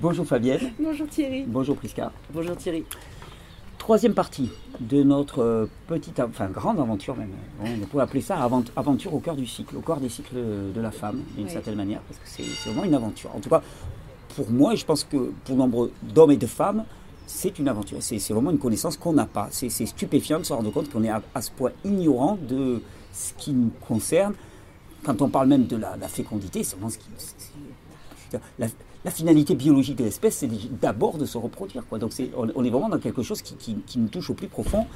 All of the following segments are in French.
Bonjour Fabienne, Bonjour Thierry. bonjour Prisca. Bonjour Thierry. Troisième partie de notre euh, petite, av- enfin grande aventure même. hein, On pourrait appeler ça avant- aventure au cœur du cycle, au cœur des cycles de la femme, d'une Oui. certaine manière, parce que c'est c'est vraiment une aventure. En tout cas, pour moi, et je pense que pour nombre d'hommes et de femmes, c'est une aventure. C'est c'est vraiment une connaissance qu'on n'a pas. C'est c'est stupéfiant de se rendre compte qu'on est à, à ce point ignorant de ce qui nous concerne. Quand on parle même de la, la fécondité, c'est vraiment ce qui. c'est- c'est- je veux dire, La, la finalité biologique de l'espèce, c'est d'abord de se reproduire. Quoi. Donc c'est- on, on est vraiment dans quelque chose qui, qui- qui nous touche au plus profond.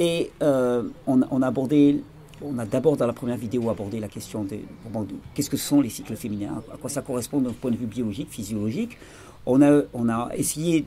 Et euh, on, on a abordé, on a d'abord dans la première vidéo abordé la question des- vraiment de qu'est-ce que sont les cycles féminins, à quoi ça correspond d'un point de vue biologique, physiologique. On a, on a essayé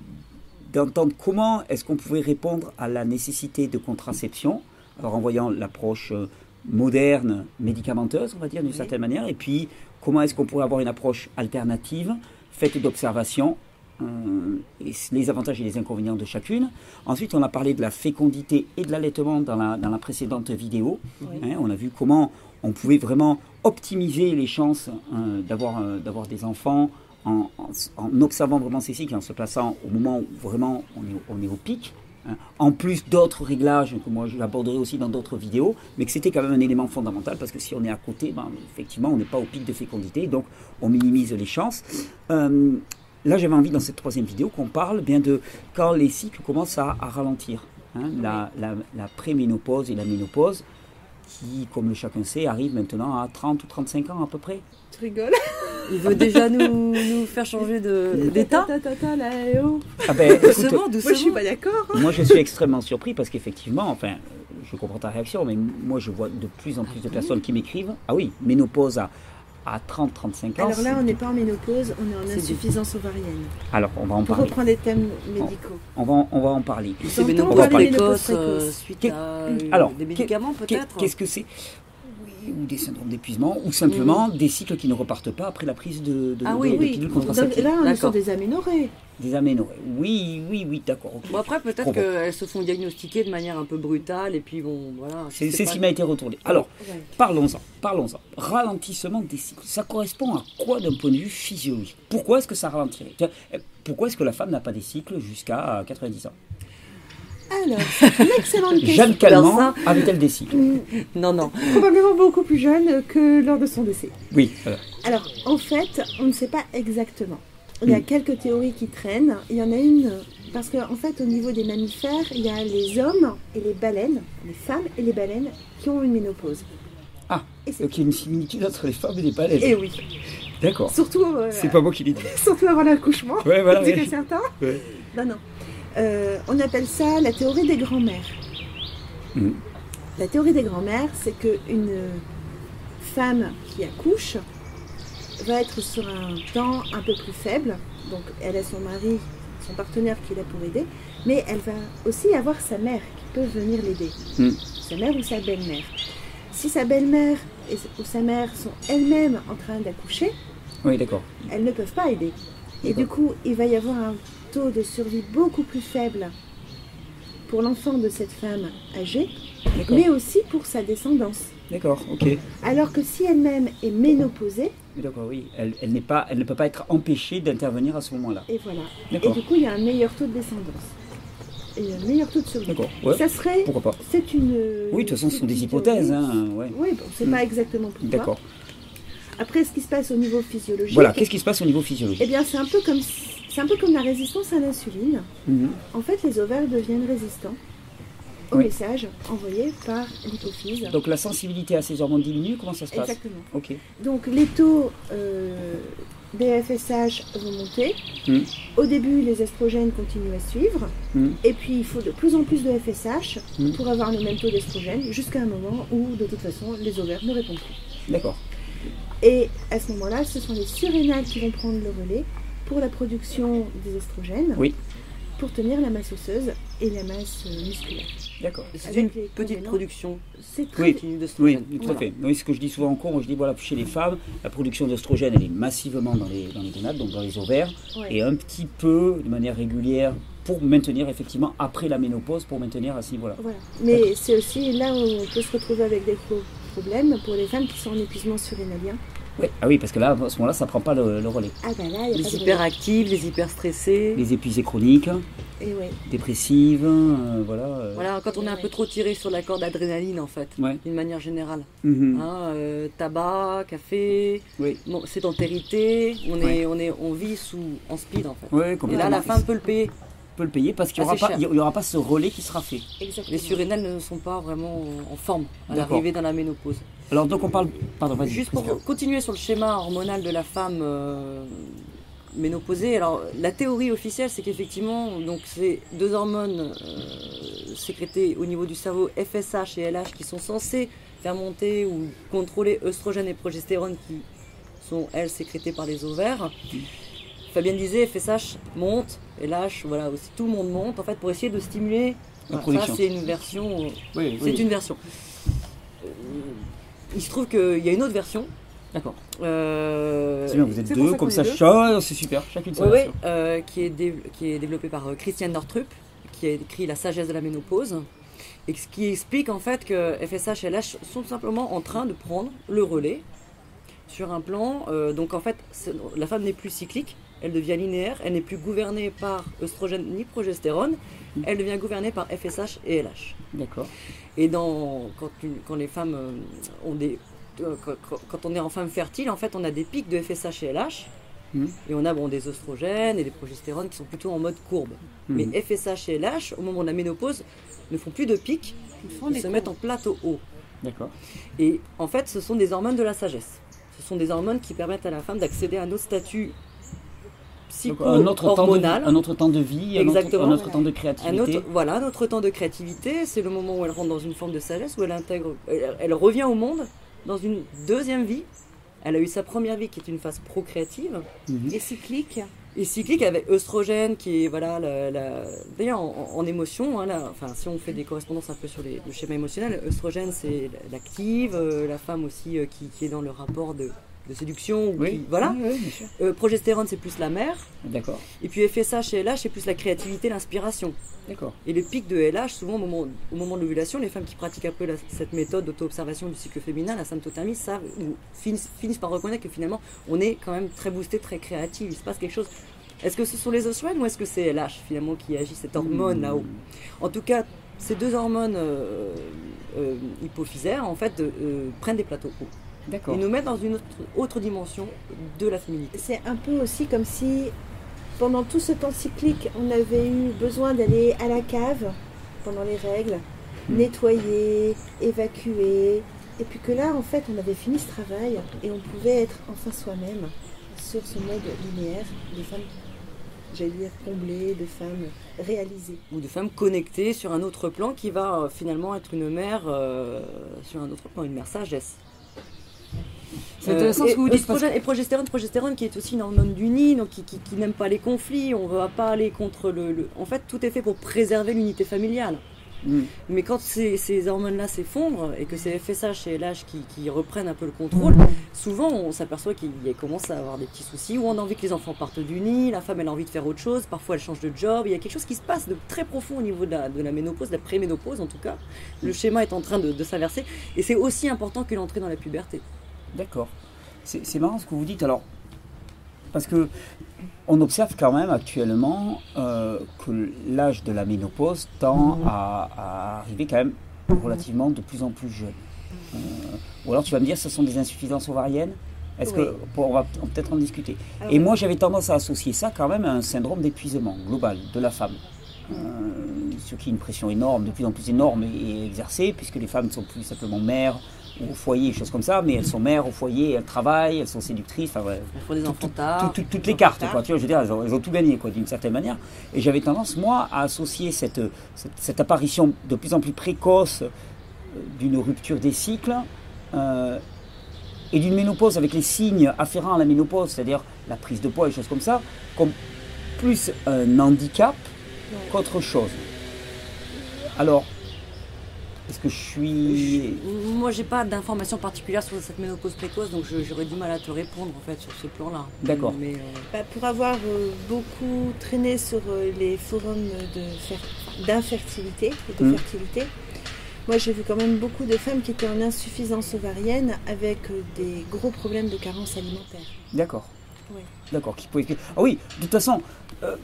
d'entendre comment est-ce qu'on pouvait répondre à la nécessité de contraception, alors en voyant l'approche euh, moderne, médicamenteuse, on va dire d'une Oui. certaine manière, et puis comment est-ce qu'on pourrait avoir une approche alternative, faite d'observation, euh, et s- les avantages et les inconvénients de chacune. Ensuite, on a parlé de la fécondité et de l'allaitement dans la, dans la précédente vidéo. Hein, on a vu comment on pouvait vraiment optimiser les chances euh, d'avoir euh, d'avoir des enfants en, en s- en observant vraiment ces cycles, en se plaçant au moment où vraiment on est, au- on est au pic. hein. En plus d'autres réglages que moi j'aborderai aussi dans d'autres vidéos, mais que c'était quand même un élément fondamental parce que si on est à côté, ben, effectivement on n'est pas au pic de fécondité, donc on minimise les chances. Euh, là j'avais envie dans cette troisième vidéo qu'on parle bien de quand les cycles commencent à, à ralentir, hein, la, la, la préménopause et la ménopause qui, comme le chacun sait, arrive maintenant à 30 ou 35 ans à peu près. Tu rigoles Il veut déjà nous, nous faire changer de- d'état. Ta, ta, ta, ta, là, eh oh. Ah ben, écoute, Euh, Moi Doucement, je suis doucement. pas d'accord. moi je suis extrêmement surpris parce qu'effectivement, enfin, euh, je comprends ta réaction, mais moi je vois de plus en plus de personnes qui m'écrivent, ah oui, ménopause à, à 30, 35 ans. Alors là, c'est- on n'est pas en ménopause, on est en C'est Ah, insuffisance ovarienne. Alors, on va en Pour parler. reprendre les thèmes Oh. médicaux. On va, en- on va en parler. C'est J'entends on ménopause va parler. Ménopause précoce, euh, précoce. suite Qu'est- à euh, Alors, des qu'est- médicaments Qu'est- peut-être. Qu'est-ce que c'est Oui, ou des syndromes d'épuisement, ou simplement des cycles qui ne repartent pas après la prise de, de, Ah de- oui, de oui. pilules Donc contraceptives. là, on est sur D'accord. des aménorrhées. Des aménorrhées. Oui, oui, oui, d'accord. ok. Bon après peut-être Bon, bon. qu'elles se font diagnostiquer de manière un peu brutale et puis bon voilà. je C'est sais c'est pas. ce qui m'a été retourné. Alors, Ouais. Parlons-en, parlons-en. Ralentissement des cycles, ça correspond à quoi d'un point de vue physiologique Pourquoi est-ce que ça ralentirait Tiens, euh, Pourquoi est-ce que la femme n'a pas des cycles jusqu'à euh, 90 ans Alors, c'est une excellente question. Jeanne Calment ça. avait-elle des cycles Non non. Probablement beaucoup plus jeune que lors de son décès. Oui, voilà. Alors, en fait, on ne sait pas exactement. Il y a Hmm. Mm. quelques théories qui traînent. Il y en a une, parce qu'en fait, au niveau des mammifères, il y a les hommes et les baleines, les femmes et les baleines qui ont une ménopause. Ah, et c'est donc il y a une similitude entre les femmes et les baleines. Et oui, D'accord. surtout, euh, C'est pas moi qui l'ai dit. surtout avant l'accouchement, Ouais, voilà. c'est ouais. que certains. Ouais. Bah Non, non. Euh, on appelle ça la théorie des grands-mères. Mm. La théorie des grands-mères, c'est qu'une femme qui accouche va être sur un temps un peu plus faible. Donc, elle a son mari, son partenaire qui est là pour aider. Mais elle va aussi avoir sa mère qui peut venir l'aider. Mm. Sa mère ou sa belle-mère. Si sa belle-mère et- ou sa mère sont elles-mêmes en train d'accoucher, Oui, d'accord. elles ne peuvent pas aider. Et D'accord. du coup, il va y avoir un taux de survie beaucoup plus faible pour l'enfant de cette femme âgée, D'accord. mais aussi pour sa descendance. D'accord, ok. Oui, Alors que si elle-même est ménopausée, D'accord, oui. Elle, elle n'est pas, elle ne peut pas être empêchée d'intervenir à ce moment-là. et voilà. Et D'accord. du coup, il y a un meilleur taux de descendance. Et un meilleur taux de survie. D'accord. Ouais. Ça serait. Pourquoi pas C'est une. Oui, de toute façon, ce sont des une hypothèses. théorie. Hein. Ouais. Oui, bon, on ne sait Mm. pas exactement pourquoi. D'accord. Après, ce qui se passe au niveau physiologique. Voilà. Qu'est-ce qui se passe au niveau physiologique Eh bien, c'est un peu comme c'est un peu comme la résistance à l'insuline. Mhm. En fait, les ovaires deviennent résistants au Oui. message envoyé par l'hypophyse. Donc la sensibilité à ces hormones diminue, comment ça se passe Exactement. Ok. Donc les taux euh, des FSH vont monter. Mm. Au début, les estrogènes continuent à suivre. Mm. Et puis, il faut de plus en plus de FSH Mm. pour avoir le même taux d'estrogène jusqu'à un moment où, de toute façon, les ovaires ne répondent plus. D'accord. Et à ce moment-là, ce sont les surrénales qui vont prendre le relais pour la production des estrogènes, Oui. pour tenir la masse osseuse et la masse euh, musculaire. D'accord. C'est Avec une les petite combinants. production C'est très Oui. continue de ce Oui, gène. tout à Voilà. fait. Oui, ce que je dis souvent en cours, je dis voilà, chez les femmes, la production d'oestrogène, elle est massivement dans les, dans les gonades, donc dans les ovaires, Ouais. et un petit peu de manière régulière pour maintenir effectivement après la ménopause, pour maintenir à ce niveau-là. Voilà. Mais c'est aussi là où on peut se retrouver avec des gros problèmes pour les femmes qui sont en épuisement surrénalien. Oui. Ah oui, parce que là, à ce moment-là, ça prend pas le, le relais. Ah bah là, il n'y a pas Les de hyperactifs, les hyper stressés. Les épuisées chroniques, relais. Et ouais. dépressives, euh, voilà. euh, Voilà, quand on est un peu trop tiré sur la corde adrénaline en fait, Ouais. d'une manière générale. Mhm. Hein, euh, tabac, café, Oui. bon, cette entérité, on, Ouais. est, on, est, on vit sous, en speed en fait. Ouais, Et là, complètement. la femme peut le payer. On peut le payer parce qu'il n'y aura, Assez pas- cher. il y aura pas ce relais qui sera fait. Exactement. Les surrénales ne sont pas vraiment en forme à D'accord. l'arrivée dans la ménopause. Alors donc on parle... Pardon, vas-y. Juste pour continuer sur le schéma hormonal de la femme euh, ménopausée, alors la théorie officielle, c'est qu'effectivement, donc ces deux hormones euh, sécrétées au niveau du cerveau, FSH et LH, qui sont censées faire monter ou contrôler œstrogène et progestérone, qui sont elles sécrétées par les ovaires. Fabienne disait, FSH monte, LH, voilà aussi tout le monde monte, en fait, pour essayer de stimuler. La Voilà, ça, production. c'est une version. euh, Oui, c'est une version. Euh, Il se trouve qu'il y a une autre version. D'accord. euh, C'est bien, vous êtes C'est deux, pour ça qu'on comme est ça, deux. cha- c'est super, chacune sa ouais, ouais, version. euh, qui, est dé- qui est développée par euh, Christiane Nortrup, qui a écrit La sagesse de la ménopause, et ce qui explique en fait que FSH et LH sont simplement en train de prendre le relais sur un plan. euh, donc en fait, c'est- la femme n'est plus cyclique, elle devient linéaire, elle n'est plus gouvernée par œstrogène ni progestérone, Mm. elle devient gouvernée par FSH et LH. D'accord. Et dans, quand, une- quand les femmes euh, ont des, euh, quand, quand- quand on est en femme fertile, en fait, on a des pics de FSH et LH. Mhm. Et on a bon, des oestrogènes et des progestérones qui sont plutôt en mode courbe. Mhm. Mais FSH et LH, au moment de la ménopause, ne font plus de pics, Ils font ils des se cours. mettent en plateau haut. D'accord. Et en fait, ce sont des hormones de la sagesse. Ce sont des hormones qui permettent à la femme d'accéder à notre statut Donc, un autre, temps de, vie- psycho-hormonal. un autre temps de vie, un autre, Exactement. un autre Voilà. temps de Un créativité. autre, voilà, un autre temps de créativité, c'est le moment où elle rentre dans une forme de sagesse, où elle intègre, elle, elle revient au monde dans une deuxième vie. Elle a eu sa première vie qui est une phase procréative Mhm. Et cyclique. et cyclique avec œstrogène qui est voilà la- la- d'ailleurs en, en émotion. hein, là, enfin, si on fait des correspondances un peu sur les, le schéma émotionnel, œstrogène c'est l'active, euh, la femme aussi euh, qui, qui est dans le rapport de, de séduction. ou qui- Oui, voilà. Oui, oui, bien sûr. Euh, progestérone c'est plus la mère, D'accord. et puis FSH et LH c'est plus la créativité, l'inspiration. D'accord. Et le pic de LH, souvent au moment, au moment de l'ovulation, les femmes qui pratiquent un peu la- cette méthode d'auto-observation du cycle féminin, la symptothermie, savent ou finissent, finissent par reconnaître que finalement, on est quand même très boosté, très créatif, il se passe quelque chose. Est-ce que ce sont les oestrogènes ou est-ce que c'est LH finalement qui agit, cette hormone Mmh. là-haut En tout cas, ces deux hormones euh, euh, hypophysaires, en fait, euh, prennent des plateaux hauts. D'accord. Ils nous mettent dans une autre, autre dimension de la féminité. C'est un peu aussi comme si pendant tout ce temps cyclique, on avait eu besoin d'aller à la cave pendant les règles, Mm. nettoyer, évacuer. Et puis que là, en fait, on avait fini ce travail et on pouvait être enfin soi-même sur ce mode linéaire des femmes, j'allais dire comblées, de femmes réalisées. ou de femmes connectées sur un autre plan qui va euh, finalement être une mère euh, sur un autre plan, une mère sagesse. Euh, C'est intéressant ce que vous et dites, parce oestrogène- Et progestérone, progestérone qui est aussi une hormone du nid, donc qui, qui- qui n'aime pas les conflits, on ne va pas aller contre le, le- En fait, tout est fait pour préserver l'unité familiale. Mmh. Mais quand ces, ces hormones-là s'effondrent et que c'est FSH et LH qui, qui reprennent un peu le contrôle, souvent on s'aperçoit qu'il y a- commence à avoir des petits soucis, où on a envie que les enfants partent du nid, la femme elle a envie de faire autre chose, parfois elle change de job, il y a quelque chose qui se passe de très profond au niveau de la, de la ménopause, de la préménopause en tout cas. Mm. Le schéma est en train de, de s'inverser et c'est aussi important que l'entrée dans la puberté. D'accord. C'est c'est marrant ce que vous dites. Alors, parce que on observe quand même actuellement euh, que l'âge de la ménopause tend à, à arriver quand même relativement de plus en plus jeune. Euh, ou alors tu vas me dire, ce sont des insuffisances ovariennes. Est-ce que Oui. pour- on va peut- peut-être en discuter. Alors, Et moi, j'avais tendance à associer ça quand même à un syndrome d'épuisement global de la femme. Euh, ce qui est une pression énorme, de plus en plus énorme et exercée, puisque les femmes ne sont plus simplement mères ou au foyer, choses comme ça, mais elles sont mères au foyer, elles travaillent, elles sont séductrices, enfin, ouais, Elles font des enfants tard. tout- tout- toutes les cartes, quoi. Tu vois, je veux dire, elles ont, elles ont tout gagné, quoi, d'une certaine manière. Et j'avais tendance, moi, à associer cette, cette, cette apparition de plus en plus précoce euh, d'une rupture des cycles euh, et d'une ménopause avec les signes afférents à la ménopause, c'est-à-dire la prise de poids et choses comme ça, comme plus un handicap Ouais. qu'autre chose. Alors, est-ce que je suis. Moi j'ai pas d'informations particulières sur cette ménopause précoce donc je- j'aurais du mal à te répondre en fait sur ce plan-là. D'accord. Mais, euh, Bah, pour avoir euh, beaucoup traîné sur euh, les forums de fer- d'infertilité et de Mm. fertilité, Moi, j'ai vu quand même beaucoup de femmes qui étaient en insuffisance ovarienne avec euh, des gros problèmes de carence alimentaire. D'accord. Oui. D'accord. qui peut expliquer- Ah oui, de toute façon, euh,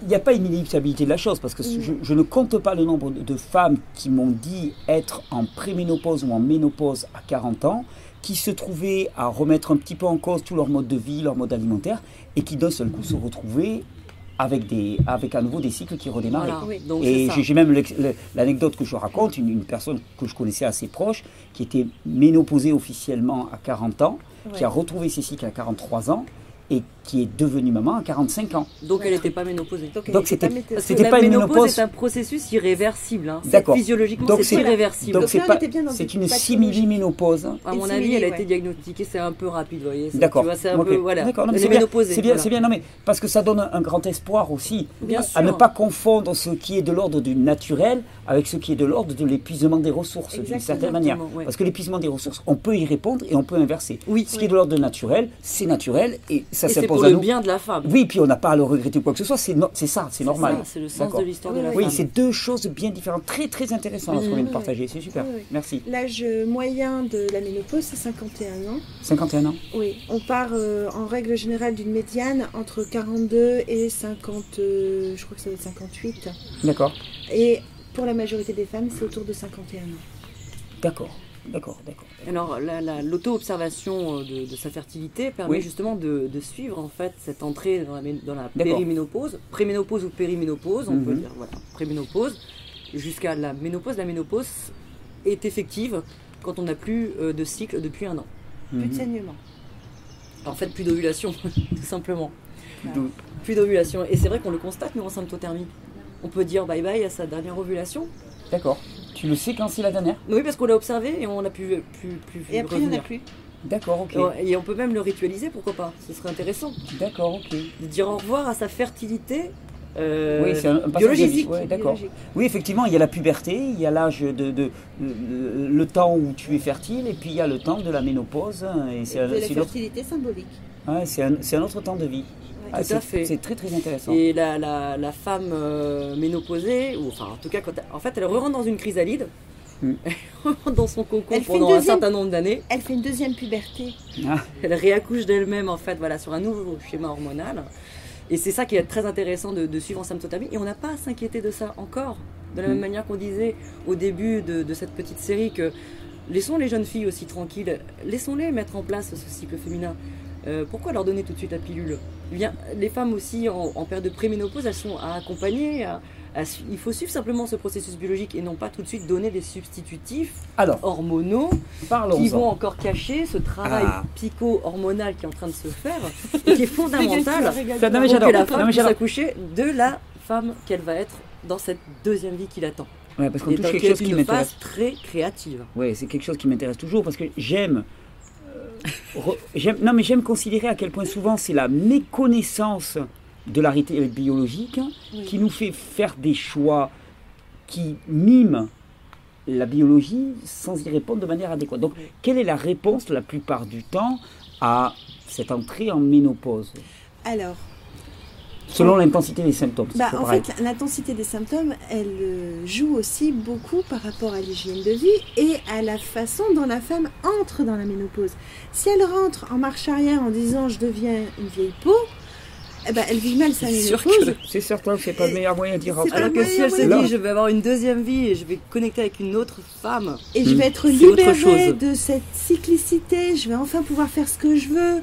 il n'y a pas une inéluctabilité de la chose, parce que Mm. je, je ne compte pas le nombre de- de femmes qui m'ont dit être en préménopause ou en ménopause à 40 ans, qui se trouvaient à remettre un petit peu en cause tout leur mode de vie, leur mode alimentaire, et qui d'un seul coup se retrouvaient avec, des, avec à nouveau des cycles qui redémarraient. Voilà. oui. Donc c'est Ah. Et ça. j'ai- j'ai même l'ex- le- l'anecdote que je raconte, une, une personne que je connaissais assez proche, qui était ménopausée officiellement à 40 ans, qui a Ouais. retrouvé ses cycles à 43 ans et qui est devenue maman à 45 ans. Donc elle n'était pas ménopausée. elle Donc, était c'était- pas météo- Parce que C'était Ah, la pas une ménopause, ménopause. est un processus irréversible. hein. C'est- D'accord. Physiologiquement, Donc, c'est- c'est irréversible. Donc Donc c'est là, on pas, était bien dans c'est une une pathologie. simili-ménopause. à Et mon c'est avis, lié, elle a ouais. été diagnostiquée, c'est un peu rapide, vous voyez. c'est- D'accord. Tu vois, c'est un Ok. peu, voilà. D'accord, non, mais elle c'est est bien. ménopausée. C'est bien, voilà. c'est bien, non mais parce que ça donne un, un grand espoir aussi Bien à sûr. ne pas confondre ce qui est de l'ordre du naturel avec ce qui est de l'ordre de l'épuisement des ressources d'une Exactement, certaine manière. ouais. Parce que l'épuisement des ressources, on peut y répondre et on peut inverser. Oui. Ce qui est de l'ordre du naturel, c'est naturel et ça Et c'est s'impose pour à le nous. bien de la femme. Oui, puis on n'a pas à le regretter ou quoi que ce soit. C'est no- c'est ça, c'est C'est normal. ça, C'est le sens D'accord. de l'histoire de la Oui, femme. c'est deux choses bien différentes, très très intéressantes ce qu'on vient de partager. C'est super. Oui, oui. Merci. L'âge moyen de la ménopause, c'est 51 ans. 51 ans. Oui, on part euh, en règle générale d'une médiane entre 42 et 50, euh, je crois que ça doit être 58. D'accord. Et pour la majorité des femmes, c'est autour de 51 ans. D'accord. D'accord. D'accord. Alors, la- la- l'auto-observation euh, de, de sa fertilité permet Oui. justement de, de suivre en fait cette entrée dans la, mé- dans la D'accord. périménopause, préménopause ou périménopause, on peut Mhm. dire voilà, préménopause, jusqu'à la ménopause. La ménopause est effective quand on n'a plus euh, de cycle depuis un an. Plus de Mhm. saignement. En fait, plus d'ovulation, tout simplement. D'où- Plus d'ovulation. Et c'est vrai qu'on le constate, nous, en symptothermie. On peut dire bye bye à sa dernière ovulation. D'accord. Tu le sais quand c'est la dernière Mais Oui, parce qu'on l'a observé et on l'a pu, pu, pu, pu Et après, il n'y en a revenir. plus. D'accord, ok. Et on peut même le ritualiser, pourquoi pas Ce serait intéressant. D'accord, ok. de dire au revoir à sa fertilité euh, Oui, c'est un- un passage de vie, biologique. ouais. C'est d'accord. biologique. Oui, effectivement, il y a la puberté, il y a l'âge de, de- le, le temps où tu es fertile, et puis il y a le temps de la ménopause. hein, Et c'est un, De la c'est une autre- fertilité symbolique. ouais, c'est un- c'est un autre temps de vie. Ouais. Ah, Tout c'est- à fait. C'est très très intéressant. Et la, la, la femme euh, ménopausée, ou enfin en tout cas, quand elle- en fait, elle rentre dans une chrysalide, Mm. elle rentre dans son cocon Elle fait une pendant un deuxième. certain nombre d'années, Elle fait une deuxième puberté. Ah, elle réaccouche d'elle-même en fait, voilà, sur un nouveau schéma hormonal. Et c'est ça qui est très intéressant de, de suivre en symptothermie. Et on n'a pas à s'inquiéter de ça encore. De la Mm. même manière qu'on disait au début de, de cette petite série que laissons les jeunes filles aussi tranquilles, laissons-les mettre en place ce cycle féminin. Euh, pourquoi leur donner tout de suite la pilule Eh bien, Les femmes aussi en, en période de préménopause, elles sont à accompagner. à- à su- il faut suivre simplement ce processus biologique et non pas tout de suite donner des substitutifs Alors, hormonaux qui vont parlons-en. encore cacher ce travail Ah. psycho-hormonal qui est en train de se faire et qui est fondamental Ça, non, mais pour j'adore. que la Non, femme mais puisse j'adore. accoucher de la femme qu'elle va être dans cette deuxième vie qui l'attend. Ouais, parce qu'on Et touche donc, quelque chose c'est qui une m'intéresse. phase très créative. Ouais, c'est quelque chose qui m'intéresse toujours parce que j'aime. euh, re- j'aime- non, mais j'aime considérer à quel point souvent c'est la méconnaissance de la réalité biologique hein, Oui. qui nous fait faire des choix qui miment la biologie sans y répondre de manière adéquate. Donc, Oui. quelle est la réponse la plupart du temps à cette entrée en ménopause Alors, Selon l'intensité des symptômes, c'est bah, toujours en pareil. fait, l'intensité des symptômes, elle euh, joue aussi beaucoup par rapport à l'hygiène de vie et à la façon dont la femme entre dans la ménopause. Si elle rentre en marche arrière en disant je deviens une vieille peau, eh ben, elle vit mal sa C'est sûr ménopause. C'est certain que c'est pas le meilleur moyen d'y C'est rentrer. pas Alors que oui, si elle oui, se oui. dit je vais avoir une deuxième vie et je vais connecter avec une autre femme, Et je Mm. vais être C'est autre libérée chose. de cette cyclicité, je vais enfin pouvoir faire ce que je veux.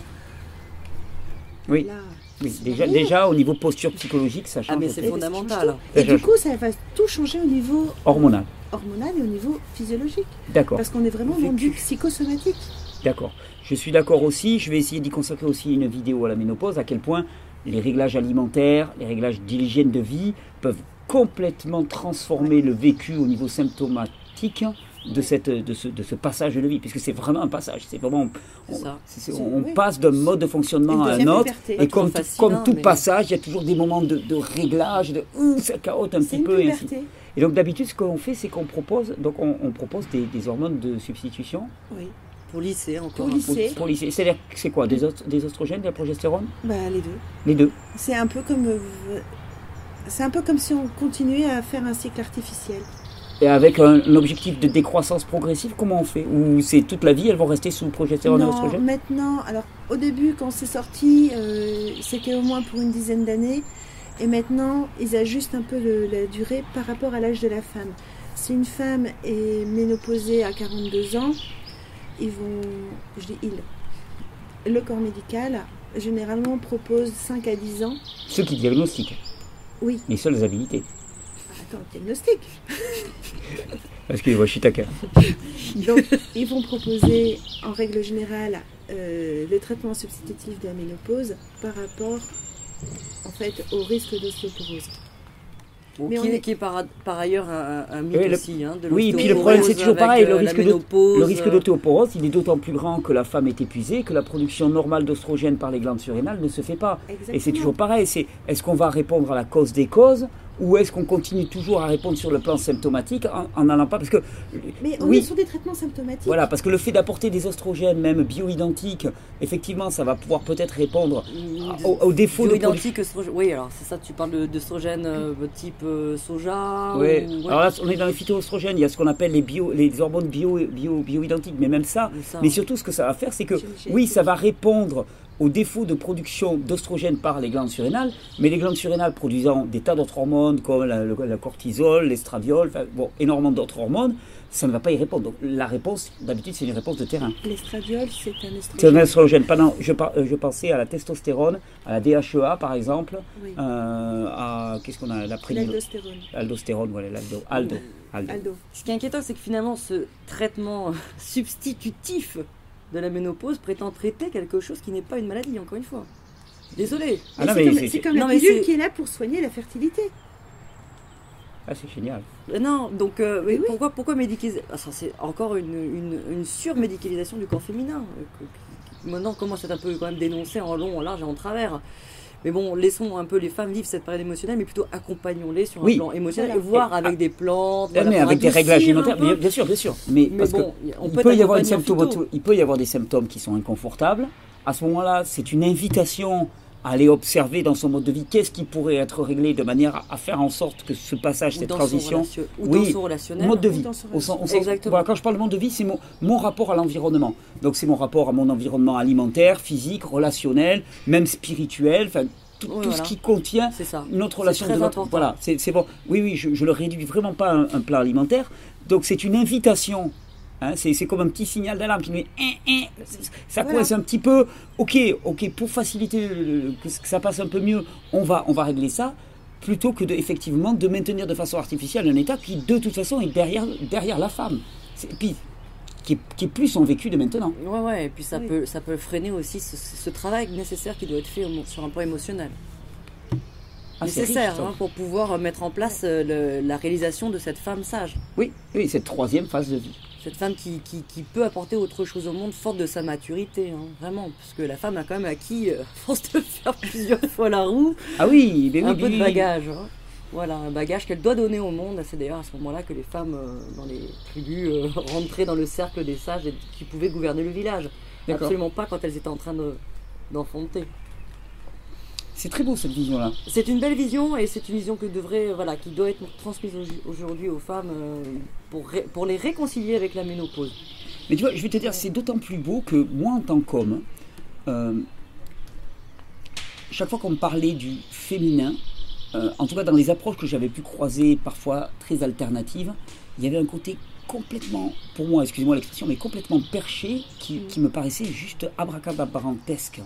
Oui. Là. Oui, déjà, déjà, au niveau posture psychologique, ça change. ah mais le c'est truc. fondamental. Et Déjà, du coup, ça va tout changer au niveau Hormonal. hormonal et au niveau physiologique. D'accord. Parce qu'on est vraiment dans du psychosomatique. D'accord. Je suis d'accord aussi. Je vais essayer d'y consacrer aussi une vidéo à la ménopause, à quel point les réglages alimentaires, les réglages d'hygiène de vie peuvent complètement transformer le vécu au niveau symptomatique de, cette, de, ce, de ce passage de vie, puisque c'est vraiment un passage. C'est vraiment, on, C'est ça. c'est- C'est- on oui. passe d'un mode de fonctionnement Une à un deuxième autre, liberté. et Pas comme, toujours tout- facile, comme hein, tout mais- passage, il y a toujours des moments de, de réglage, de ouh, ça carotte un Mmh. C'est petit une peu, et ainsi. puberté. Et donc d'habitude, ce qu'on fait, c'est qu'on propose, donc on, on propose des, des hormones de substitution Oui. Pour lycée Pour encore. un peu. pour, lycée. pour les- C'est-à-dire que c'est quoi des, os- des oestrogènes, de la progestérone Bah, les deux. Les deux. C'est un peu comme. euh, C'est un peu comme si on continuait à faire un cycle artificiel. Et avec un, un objectif de décroissance progressive, comment on fait Ou c'est toute la vie, elles vont rester sous progestérone et Non, oestrogène maintenant, alors au début, quand c'est sorti, euh, c'était au moins pour une dizaine d'années. Et maintenant, ils ajustent un peu le- la durée par rapport à l'âge de la femme. Si une femme est ménopausée à 42 ans, ils vont, je dis ils, le corps médical généralement propose 5 à 10 ans. Ceux qui diagnostiquent Oui, les seules habilités. attends, diagnostic. Excusez-moi, je suis taquin. Donc, ils vont proposer, en règle générale, euh, le traitement substitutif de la ménopause par rapport, en fait, au risque d'ostéoporose. Bon, Mais qui, on est- est... qui est par, par ailleurs un, un mythe Oui, le- aussi. hein, de oui, et puis le l'ostéoporose problème, c'est toujours avec, pareil, le euh, la risque d'o- ménopause, Le risque euh, d'autoporose, il est d'autant plus grand que la femme est épuisée, que la production normale d'ostrogène par les glandes surrénales ne se fait pas. Exactement. Et c'est toujours pareil, c'est est-ce qu'on va répondre à la cause des causes ou est-ce qu'on continue toujours à répondre sur le plan symptomatique en- en n'allant pas Parce que Mais on oui. est sur des traitements symptomatiques. Voilà, parce que le fait d'apporter des ostrogènes, même bioidentiques, effectivement, ça va pouvoir peut-être répondre une- au, au défaut de production. Bioidentique, oestrogène. Oui, alors c'est ça, tu parles de- d'œstrogène euh, type euh, soja. Ouais. hein, ou- ouais, Alors là, on est dans les phytoestrogènes, il y a ce qu'on appelle les, bio, les hormones bio, bio, bioidentiques, mais même ça. ou ça. Mais surtout, ce que ça va faire, c'est que J'ai- j'ai- oui, ça va répondre au défaut de production d'ostrogène par les glandes surrénales, mais les glandes surrénales produisant des tas d'autres hormones comme la, le- la cortisol, l'estradiol, enfin, bon, énormément d'autres hormones, ça ne va pas y répondre. Donc la réponse, d'habitude, c'est une réponse de terrain. L'estradiol, c'est un C'est un estrogène. estrogène. Pardon, je, par- euh, je pensais à la testostérone, à la DHEA par exemple, Oui. euh, à qu'est-ce qu'on a la prénil- L'aldostérone. Aldostérone, voilà, l'aldo, aldo, aldo. Aldo. Ce qui est inquiétant, c'est que finalement, ce traitement substitutif de la ménopause prétend traiter quelque chose qui n'est pas une maladie, encore une fois. Désolé. Ah non, mais Mais c'est comme- c'est- c'est comme non, la mais pilule c'est- qui est là pour soigner la fertilité. Ah, c'est génial. Euh, Non, donc euh, Mais oui. pourquoi, pourquoi médicaliser Ah, ça, C'est encore une, une, une surmédicalisation du corps féminin. euh, que- qui maintenant commence à être un peu quand même dénoncé en long, en large et en travers. Mais bon, laissons un peu les femmes vivre cette période émotionnelle, mais plutôt accompagnons-les sur un Oui. plan émotionnel, Voilà. et voir avec des plantes, Eh, voilà, mais pour avec des règles adoucir un alimentaires, peu. bien, bien sûr, bien sûr. Mais, Mais parce bon, que on il peut peut y être avoir une accompagné en symptomato- phyto. il peut y avoir des symptômes qui sont inconfortables. À ce moment-là, c'est une invitation à aller observer dans son mode de vie qu'est-ce qui pourrait être réglé de manière à- à faire en sorte que ce passage, Ou cette dans son transition, relation- ou Oui. dans son relationnel. mode de ou vie. dans son Au sens- au sens- Exactement. voilà, quand je parle de mode de vie, c'est mon, mon rapport à l'environnement. Donc c'est mon rapport à mon environnement alimentaire, physique, relationnel, même spirituel, enfin tout, tout Oui, voilà. ce qui contient C'est ça. notre C'est relation très de notre important. voilà c'est c'est bon oui oui je, je le réduis vraiment pas à un, un plat alimentaire donc c'est une invitation hein, c'est c'est comme un petit signal d'alarme qui nous dit Hein, hein, ça Voilà. coince un petit peu ok ok pour faciliter le- le- que, que ça passe un peu mieux on va on va régler ça plutôt que de, effectivement de maintenir de façon artificielle un état qui de toute façon est derrière derrière la femme C'est- puis qui est, qui est plus son vécu de maintenant Ouais, ouais, et puis ça, Oui. peut, ça peut freiner aussi ce, ce travail nécessaire qui doit être fait au- sur un plan émotionnel. Ah, c'est riche, nécessaire ça. hein, pour pouvoir euh, mettre en place euh, le- la réalisation de cette femme sage. oui oui cette troisième phase de vie Cette femme qui, qui, qui peut apporter autre chose au monde, forte de sa maturité, hein, vraiment. Parce que la femme a quand même acquis, euh, à force de faire plusieurs fois la roue, ah oui mais oui, un oui, peu de oui. bagage. hein. Voilà, un bagage qu'elle doit donner au monde. C'est d'ailleurs à ce moment-là que les femmes euh, dans les tribus euh, rentraient dans le cercle des sages et qui pouvaient gouverner le village. D'accord. Absolument pas quand elles étaient en train de- d'enfanter. c'est très beau cette vision là C'est une belle vision et c'est une vision que devrait, euh, voilà, qui doit être transmise au- aujourd'hui aux femmes euh, pour, ré- pour les réconcilier avec la ménopause. Mais tu vois, je vais te dire, c'est d'autant plus beau que moi, en tant qu'homme, euh, chaque fois qu'on me parlait du féminin, euh, en tout cas dans les approches que j'avais pu croiser, parfois très alternatives, il y avait un côté complètement, pour moi, excusez-moi l'expression, mais complètement perché qui, qui me paraissait juste abracadabrantesque.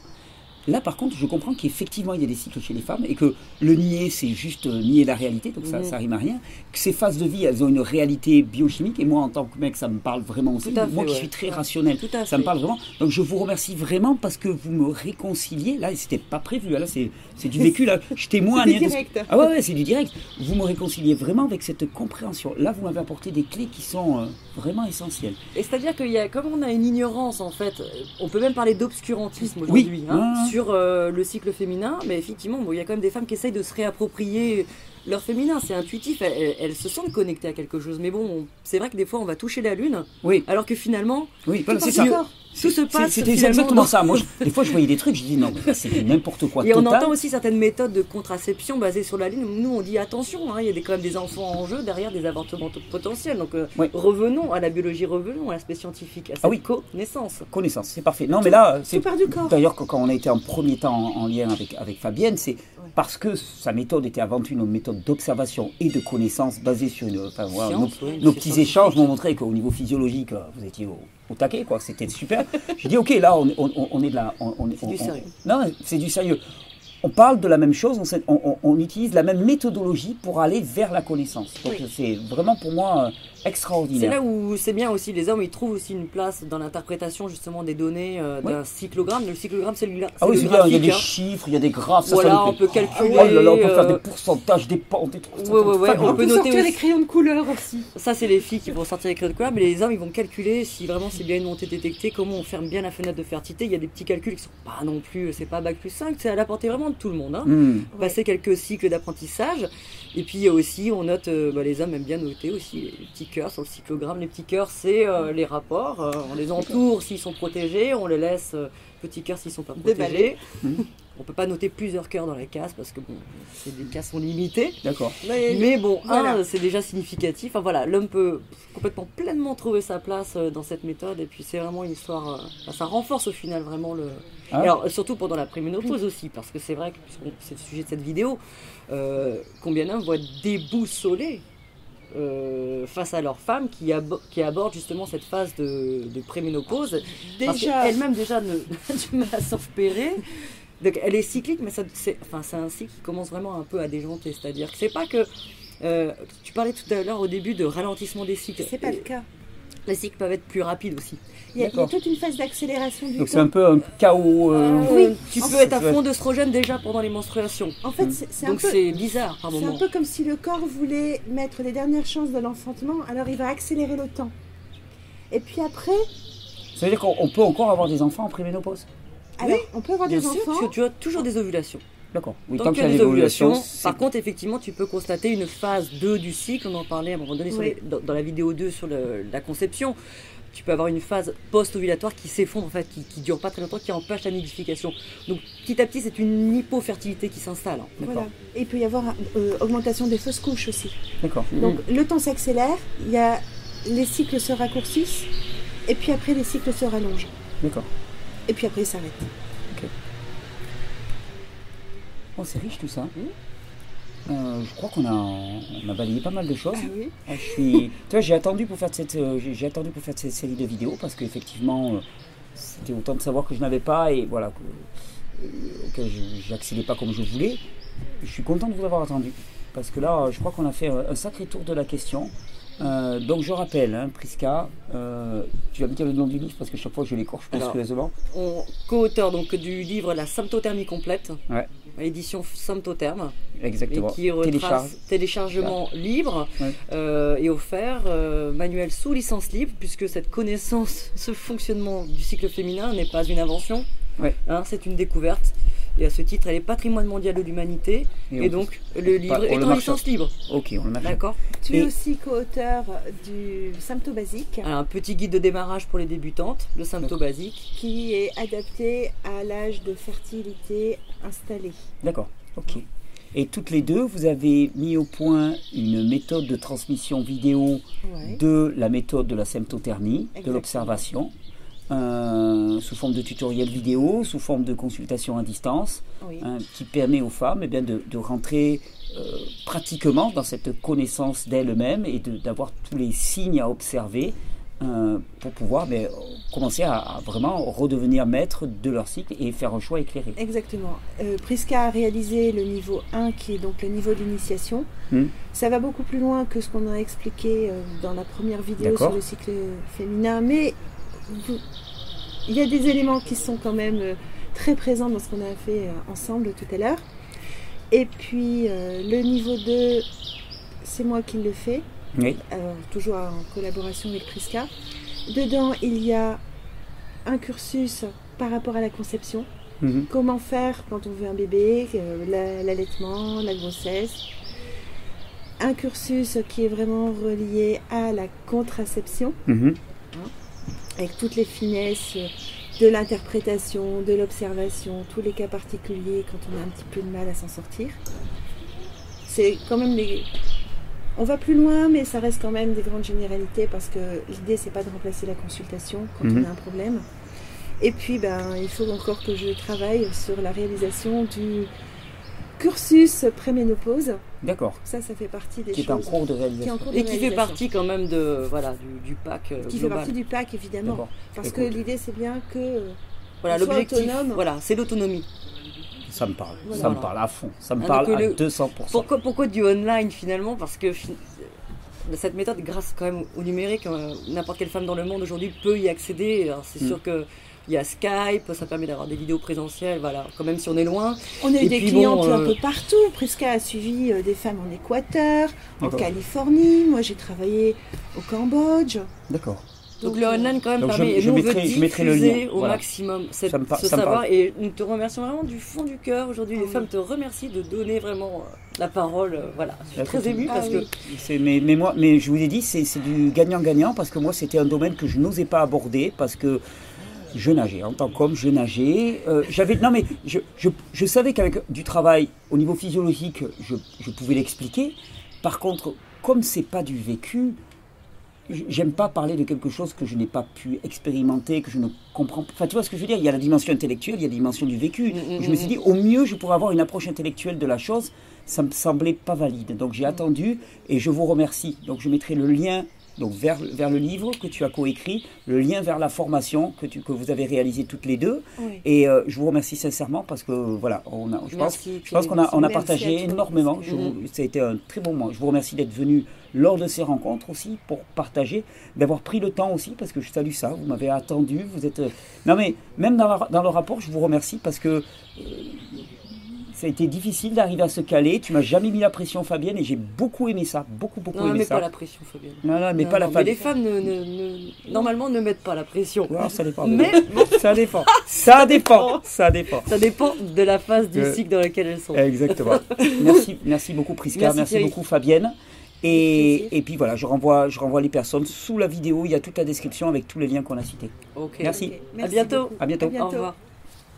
Là, par contre, je comprends qu'effectivement, il y a des cycles chez les femmes et que le nier, c'est juste euh, nier la réalité, donc ça, Mhm. ça rime à rien. Que ces phases de vie, elles ont une réalité biochimique et moi, en tant que mec, ça me parle vraiment aussi. Tout à moi fait, qui ouais. suis très Ouais. rationnel, Tout à ça fait. me parle vraiment. Donc, je vous remercie vraiment parce que vous me réconciliez. Là, c'était pas prévu. hein. Là, c'est c'est du vécu. Là, je témoigne. C'était hein, de ce- direct. Ah ouais, ouais, c'est du direct. Vous me réconciliez vraiment avec cette compréhension. Là, vous m'avez apporté des clés qui sont euh, vraiment essentielles. Et c'est-à-dire qu'il y a, comme on a une ignorance en fait, euh, on peut même parler d'obscurantisme aujourd'hui Oui. hein, Ouais, ouais. sur euh, le cycle féminin, mais effectivement, bon, il y a quand même des femmes qui essayent de se réapproprier leur féminin, c'est intuitif, elles, elles- elles se sentent connectées à quelque chose, mais bon, on- c'est vrai que des fois on va toucher la lune, Oui, alors que finalement, oui, voilà, tout c'est part ça. du corps. Tout se passe. C'était finalement exactement dans- ça. Moi, je- des fois, je voyais des trucs, je dis non, mais c'est n'importe quoi. Et on total. entend aussi certaines méthodes de contraception basées sur la ligne. Nous, on dit attention, hein, il y a des- quand même des enfants en jeu derrière des avortements t- potentiels. Donc euh, Oui. revenons à la biologie, revenons à l'aspect scientifique, à cette Ah oui. connaissance. Connaissance, c'est parfait. Non, mais là, c'est part du corps. D'ailleurs, quand quand on a été en premier temps en, en lien avec, avec Fabienne, c'est parce que sa méthode était avant tout une méthode d'observation et de connaissance basée sur une. Enfin, voilà, Science, nos, ouais, nos c'est petits scientifique. échanges m'ont montré qu'au niveau physiologique, euh, vous étiez au, au taquet, quoi. C'était super. J'ai dit, ok, là, on, on- on- on est de la. On, on- C'est du on- on- sérieux. non, c'est du sérieux. On parle de la même chose, on, s'est- on- on- on utilise la même méthodologie pour aller vers la connaissance. Donc, Oui. c'est vraiment pour moi euh, C'est extraordinaire. là où c'est bien aussi, les hommes, ils trouvent aussi une place dans l'interprétation justement des données euh, Oui. d'un cyclogramme. Le cyclogramme, c'est le, gra- Ah c'est oui, le c'est bien, il y a graphique. des hein. chiffres, il y a des graphes, ça, Voilà, ça nous on fait- peut calculer, Oh là là, on peut faire euh, des pourcentages, des pentes, des trucs. ça, Ouais, ça, ouais, ouais, fabuleux. on peut noter sortir aussi- les crayons de couleur aussi. Ça, c'est les filles qui vont sortir les crayons de couleur, mais les hommes, ils vont calculer si vraiment c'est bien une montée détectée, comment on ferme bien la fenêtre de fertilité. Il y a des petits calculs qui sont pas non plus, c'est pas bac plus 5, c'est à la portée vraiment de tout le monde. Hein. Hmm. Passer quelques cycles d'apprentissage. Et puis il y a aussi, on note, euh, bah, les hommes aiment bien noter aussi les petits cœurs sur le cyclogramme. Les petits cœurs, c'est euh, les rapports. Euh, on les entoure s'ils sont protégés, on les laisse euh, petits cœurs s'ils sont pas protégés. Déballés. Mhm. On peut pas noter plusieurs cœurs dans la case parce que bon, c'est des cases sont limitées. D'accord. Mais bon, Voilà. un, c'est déjà significatif. Enfin voilà, l'homme peut complètement pleinement trouver sa place euh, dans cette méthode. Et puis c'est vraiment une histoire. euh, enfin, ça renforce au final vraiment le. Ah. Et Alors surtout pendant la préménopause aussi, parce que c'est vrai que puisqu'on- c'est le sujet de cette vidéo, euh, combien d'hommes voient déboussolés euh, face à leur femme qui, abo- qui aborde justement cette phase de, de préménopause. Parce Déjà, qu'elle-même déjà ne, a du mal à s'en repérer. Donc elle est cyclique, mais ça- c'est enfin, c'est un cycle qui commence vraiment un peu à déjanter. C'est-à-dire que c'est pas que. euh, tu parlais tout à l'heure au début de ralentissement des cycles. c'est pas le cas. Les cycles peuvent être plus rapides aussi. Il y a, il y a D'accord. toute une phase d'accélération du Donc c'est corps. un peu un chaos. euh, Oui. tu En peux fait, être à ouais. fond d'œstrogène déjà pendant les menstruations. En fait, c'est c'est un Donc peu c'est bizarre par C'est un moment. peu comme si le corps voulait mettre les dernières chances de l'enfantement, alors il va accélérer le temps. Et puis après, Ça veut dire qu'on on peut encore avoir des enfants en préménopause. alors, on peut avoir Bien des sûr, parce enfants. que tu as toujours des ovulations. D'accord. Oui, Tant tant qu'il y a qu'il des l'évolution, ovulations, c'est- par contre, effectivement, tu peux constater une phase 2 du cycle. On en parlait à un moment donné sur Oui. les- dans, dans la vidéo 2 sur le- la conception. Tu peux avoir une phase post-ovulatoire qui s'effondre, en fait, qui, qui dure pas très longtemps, qui empêche la nidification. Donc, petit à petit, c'est une hypofertilité qui s'installe. Voilà. Et il peut y avoir euh, augmentation des fausses couches aussi. D'accord. Donc le temps s'accélère, il y a les cycles se raccourcissent, et puis après les cycles se rallongent, D'accord. et puis après ils s'arrêtent. Oh, c'est riche tout ça. Mhm. Euh, je crois qu'on a, on a balayé pas mal de choses. oui. Ah, je suis. Tu vois, j'ai attendu pour faire cette, euh, j'ai j'ai attendu pour faire cette série de vidéos parce qu'effectivement, euh, c'était autant de savoir que je n'avais pas et voilà, que, euh, que je- j'accédais pas comme je voulais. Je suis content de vous avoir attendu parce que là, euh, je crois qu'on a fait un, un sacré tour de la question. Euh, donc je rappelle, hein, Prisca, euh, tu vas me dire le nom du livre parce que chaque fois que je l'écorche Alors. monstrueusement. On co-auteur donc du livre La symptothermie complète, Ouais. édition symptotherme. et Exactement. qui Télécharge. retrace téléchargement libre Ouais. euh, et offert, euh, manuel sous licence libre, puisque cette connaissance, ce fonctionnement du cycle féminin n'est pas une invention, Ouais. Hein, c'est une découverte. Et à ce titre, elle est patrimoine mondial de l'humanité. Et, on- donc, le pas- Ah. livre on est le en marche- licence libre. Ok, on le marche. D'accord Tu Et- es aussi co-auteur du Sympto Basique, Un petit guide de démarrage pour les débutantes, le symptôme basique. qui est adapté à l'âge de fertilité installée. D'accord, ok. Et toutes les deux, vous avez mis au point une méthode de transmission vidéo Ouais. de la méthode de la symptothermie, de Exactement. l'observation, euh, sous forme de tutoriel vidéo, sous forme de consultation à distance, Oui. hein, qui permet aux femmes eh bien, de, de rentrer euh, pratiquement dans cette connaissance d'elles-mêmes et de- d'avoir tous les signes à observer euh, pour pouvoir ben, commencer à, à vraiment redevenir maître de leur cycle et faire un choix éclairé. Exactement. Euh, Prisca a réalisé le niveau 1, qui est donc le niveau d'initiation. Hmm. Ça va beaucoup plus loin que ce qu'on a expliqué euh, dans la première vidéo D'accord. sur le cycle féminin, mais vous- il y a des éléments qui sont quand même euh, très présents dans ce qu'on a fait euh, ensemble tout à l'heure. Et puis euh, le niveau 2, c'est moi qui le fais, Oui, alors, toujours en collaboration avec Prisca. Dedans, il y a un cursus par rapport à la conception. Mhm. Comment faire quand on veut un bébé, euh, la- l'allaitement, la grossesse. Un cursus qui est vraiment relié à la contraception. Mhm. avec toutes les finesses de l'interprétation, de l'observation, tous les cas particuliers quand on a un petit peu de mal à s'en sortir. C'est quand même des. On va plus loin, mais ça reste quand même des grandes généralités parce que l'idée c'est pas de remplacer la consultation quand Mhm. on a un problème. Et puis ben il faut encore que je travaille sur la réalisation du cursus préménopause. D'accord. Ça, ça fait partie des Qui choses est en cours de qui est en réalisation. cours de Et qui fait réalisation. partie quand même de, voilà, du, du pack euh, qui fait global. partie du pack évidemment. D'accord. Parce que Écoute. l'idée, c'est bien que. euh, Voilà, Soit l'objectif, autonome. voilà, c'est l'autonomie. Ça me parle. Ça Voilà. me parle à fond. Ça me Ah, parle donc, à le- 200%. Pourquoi, pourquoi du online finalement Parce que fin- euh, cette méthode, grâce quand même au numérique, euh, n'importe quelle femme dans le monde aujourd'hui peut y accéder. Alors, C'est Mm. sûr que il y a Skype, ça permet d'avoir des vidéos présentielles, voilà, quand même si on est loin. On a eu Et des puis clientes bon, un euh, peu partout. Prisca a suivi euh, des femmes en Équateur, en D'accord. Californie. Moi, j'ai travaillé au Cambodge. D'accord. Donc le euh, online quand même Donc, je- permet, et je nous, on mettrai- veut je mettrai le diffuser lien, au voilà. maximum cette- Ça me par- ce ça me savoir. Et nous te remercions vraiment du fond du cœur aujourd'hui. Ah Les oui. femmes te remercient de donner vraiment euh, la parole. euh, Voilà, je suis Ah, très écoute, émue ah parce oui. que C'est- Mais, mais moi, mais je vous ai dit, c'est c'est du gagnant-gagnant parce que moi, c'était un domaine que je n'osais pas aborder parce que je nageais. En tant qu'homme, je nageais. Euh, J'avais non mais je, je, je savais qu'avec du travail au niveau physiologique, je, je pouvais l'expliquer. Par contre, comme c'est pas du vécu, j- j'aime pas parler de quelque chose que je n'ai pas pu expérimenter, que je ne comprends. pas. Enfin, tu vois ce que je veux dire Il y a la dimension intellectuelle, il y a la dimension du vécu. Mm, mm, je me suis mm. dit, au mieux, je pourrais avoir une approche intellectuelle de la chose. Ça me semblait pas valide. Donc Mm. j'ai attendu et je vous remercie. Donc je mettrai le lien donc vers, vers le livre que tu as coécrit, le lien vers la formation que, tu, que vous avez réalisée toutes les deux. Oui. Et euh, je vous remercie sincèrement parce que voilà, on a, je pense, Merci, Mhm. je pense qu'on a, on a Merci partagé à toi. énormément. Je vous- ça a été un très bon moment. Je vous remercie d'être venu lors de ces rencontres aussi pour partager, d'avoir pris le temps aussi parce que je salue ça. Vous m'avez attendu. Vous êtes euh, non mais même dans, la- dans le rapport, je vous remercie parce que euh, ça a été difficile d'arriver à se caler. Tu m'as jamais mis la pression, Fabienne, et j'ai beaucoup aimé ça, beaucoup beaucoup non, aimé mais ça. pas la pression, Fabienne. Non, non, mais Non, pas la non, Fabienne. les femmes ne- ne- ne- normalement ne mettent pas la pression. Ouais, ça dépend. Mais ça dépend. Ça dépend. Ça dépend. ça dépend de la phase du Euh, cycle dans laquelle elles sont. Exactement. merci, merci beaucoup Prisca, Merci, merci, Thierry. beaucoup Fabienne. Et, Avec plaisir. et puis voilà, je renvoie, je renvoie les personnes sous la vidéo, il y a toute la description avec tous les liens qu'on a cités. Ok. Merci. Ok, merci bientôt. beaucoup. À bientôt. À bientôt. Au revoir.